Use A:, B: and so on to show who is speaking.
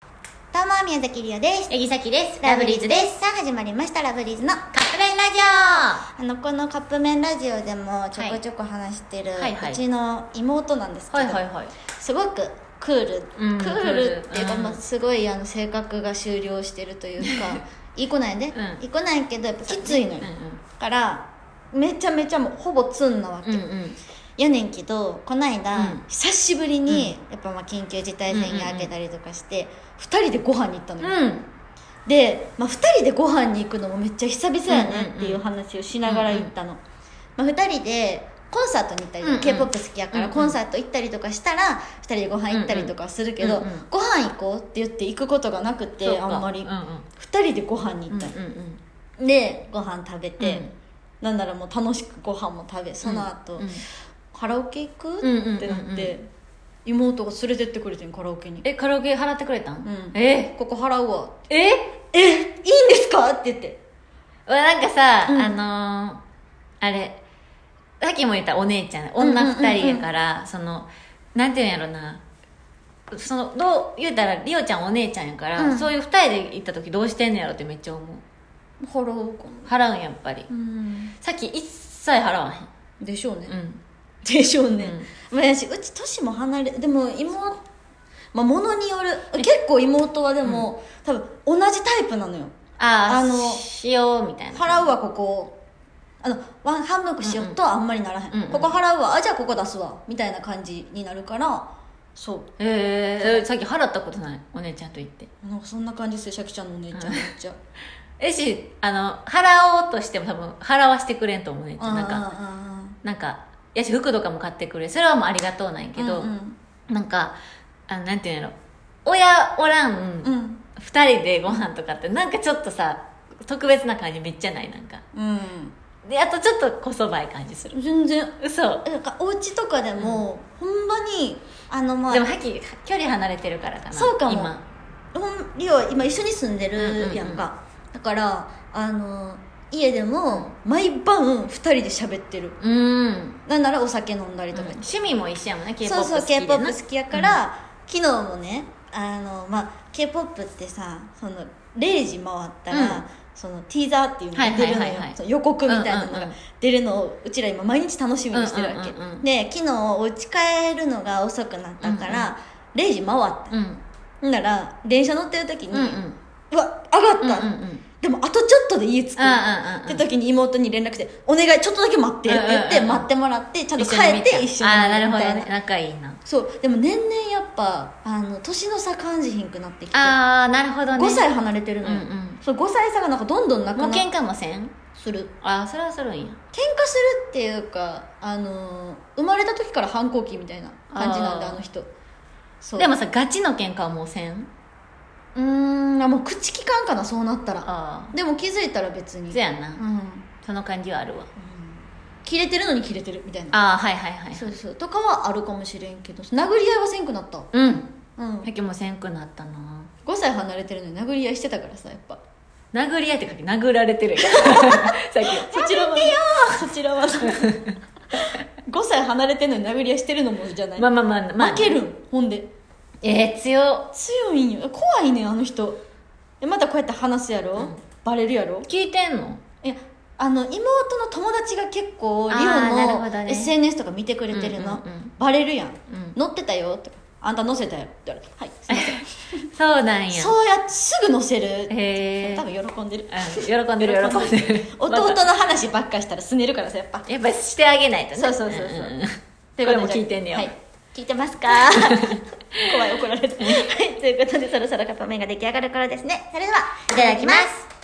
A: どうも、宮崎りおです。
B: えぎさきです
A: さあ、始まりました、ラブリーズの。
B: カップ麺ラジ
A: あの、このカップ麺ラジオでもちょこちょこ話してる、
B: はいはいう
A: ちの妹なんですけ
B: オ
A: ど、
B: はい
A: すごくクール、
B: うん
A: クールっていうか、
B: うん
A: まあ、すごいあの性格が終了してるというか、いい子なんやで、
B: うん
A: いい子なんやけど、やっぱきついのよ。
B: う
A: から、めちゃめちゃもうほぼツンなわけ。
B: んうんうん
A: やねんけどこないだ、
B: うん
A: 久しぶりに、やっぱまあ緊急事態宣言明けたりとかして、二人でご飯に行ったのよ、
B: うん
A: で、まあ、二人でご飯に行くのもめっちゃ久々やねっていう話をしながら行ったの、まあ、二人でコンサートに行ったりとか、
B: うんうん
A: k p o p 好きやか
B: うん
A: ら
B: うん
A: コンサート行ったりとかしたら二人でご飯行ったりとかはするけど、
B: うんうん
A: ご飯行こうって言って行くことがなく
B: そう
A: て
B: か
A: あんまり
B: うんうん
A: 二人でご飯に行
B: う
A: っ
B: ん
A: たの、
B: うん
A: でご飯食べて、
B: うん
A: なんならもう楽しくご飯も食べその後、
B: うん
A: カラオケ行く、
B: うんうんうんうん
A: ってなって妹が連れてってくれてんカラオケに
B: えカラオケ払ってくれたん
A: うん
B: え
A: ここ払うわ」
B: え
A: えいいんですか?」って言って
B: わなんかさ
A: うん
B: あのーあれさっきも言ったお姉ちゃん女二人やからそのなんていうんやろなそのどう言うたらりおちゃんお姉ちゃんやから、
A: うん
B: そういう二人で行った時どうしてんのやろってめっちゃ思
A: 「
B: う
A: 払うか
B: 払うんやっぱり
A: な」うん
B: さっき一切払わ
A: でしょうね
B: へん、うん
A: でしょうね、まあ、やしうち年も離れでも妹まあものによる結構妹はでも、多分同じタイプなのよ
B: ああ
A: あの
B: しようみたいな
A: 払うわここあのワン半分こしようとはあんまりならへん、
B: うんうん
A: ここ払うわあじゃあここ出すわみたいな感じになるからそう
B: えーえさっき払ったことないお姉ちゃんと言って
A: なんかそんな感じですよシャキちゃんのお姉ちゃんめっちゃ
B: えしあの払おうとしても多分払わしてくれんと思うねんちゃん なんか
A: か
B: なんかやし服とかも買ってくれそれはもうありがとうなんやけど、
A: うん
B: なんかあのなんていうんやろ親おらん、
A: う
B: 二
A: ん
B: 人でご飯とかってなんかちょっとさ特別な感じめっちゃないなんか
A: うん、
B: であとちょっとこそばい感じする
A: うん、全然
B: 嘘
A: なんかお家とかでも、ほんまにあのまあ
B: でもはっきり距離離れてるからかな
A: そうかも
B: 今
A: ほんリオ今一緒に住んでるやんか、だからあの家でも毎晩二人で喋ってる
B: うん
A: なんならお酒飲んだりとか、
B: 趣味も一緒やもんね K-POP
A: そうそう
B: 好きで
A: k
B: な
A: p o p 好きやから、昨日もねあの、まあ、k p o p ってさその0時回ったら、
B: うん
A: そのティーザーっていうのが出るの
B: は
A: よ
B: いはいはいはい
A: その予告みたいなの
B: うんうん
A: が
B: うん
A: 出るのをうちら今毎日楽しみにしてるわけ、
B: うんうんうんうん
A: で昨日お家帰るのが遅くなったから、0時回った
B: うん
A: ほんなら電車乗ってる時に、
B: うんうん
A: うわ上
B: うんうん
A: がった、
B: うんうん
A: でもあとちょっとで家着く、
B: あ
A: って時に妹に連絡して「お願いちょっとだけ待って」って言って
B: うんうんうん
A: 待ってもらってちゃんと帰
B: 一緒に
A: っ
B: 見
A: て一緒に
B: ああ
A: 見
B: な
A: る
B: る
A: み
B: ほど
A: たいな
B: ね仲いいな
A: そうでも年々やっぱあの年の差感じひんくなってきて5
B: ああなるほどね
A: 歳離れてる
B: うん
A: の
B: う
A: よ、
B: ん
A: そう5歳差がなんかどんどんなくな
B: もう喧嘩もせん
A: する
B: ああそれはするんや
A: 喧嘩するっていうかあのー生まれた時から反抗期みたいな感じなんで
B: あ
A: あ
B: ー
A: の人そう
B: でもさガチの喧嘩はもうせん
A: うーんあもう口きかんかなそうなったら
B: あ
A: でも気づいたら別
B: あ
A: に
B: そや
A: う
B: なんその感じはあるわ
A: 切れてるのに切れてるみたいな
B: ああはいはいはい
A: そうそうとかはあるかもしれんけど殴り合いはせんくなった、
B: うん
A: うん、
B: さっきもせんくなったな
A: 5歳離れてるのに殴り合いしてたからさやっぱ
B: 殴り合いって書き殴られてる やんさっき
A: そちらはそちらは5歳離れてんのに殴り合いしてるのもじゃない、
B: まあまあまあまあ
A: 負けるんほんで
B: えー、強
A: 強いんよ怖いねんあの人でまたこうやって話すやろ、
B: うん
A: バレるやろ
B: 聞いてんの
A: いやあの妹の友達が結構リオ
B: あーなるほ
A: の
B: どね
A: SNS とか見てくれてるの、
B: うんうんうん
A: バレるやん
B: うん
A: 載ってたよとかあんた載せたよって言われてはいすいません
B: そうなんや
A: そうやってすぐ載せる
B: へえ
A: 多分喜んでる
B: うん喜んでる喜んでる
A: 弟の話ばっかしたらすねるからさやっぱ
B: やっぱしてあげないとね
A: そうそうそうそうん
B: んん
A: とい
B: こ
A: う
B: れ
A: と
B: も
A: で
B: 聞いてんねや、
A: はい、聞いてます か 怖い怒られたはいということでそろそろカップ麺が出来上がる頃ですねそれではいただきます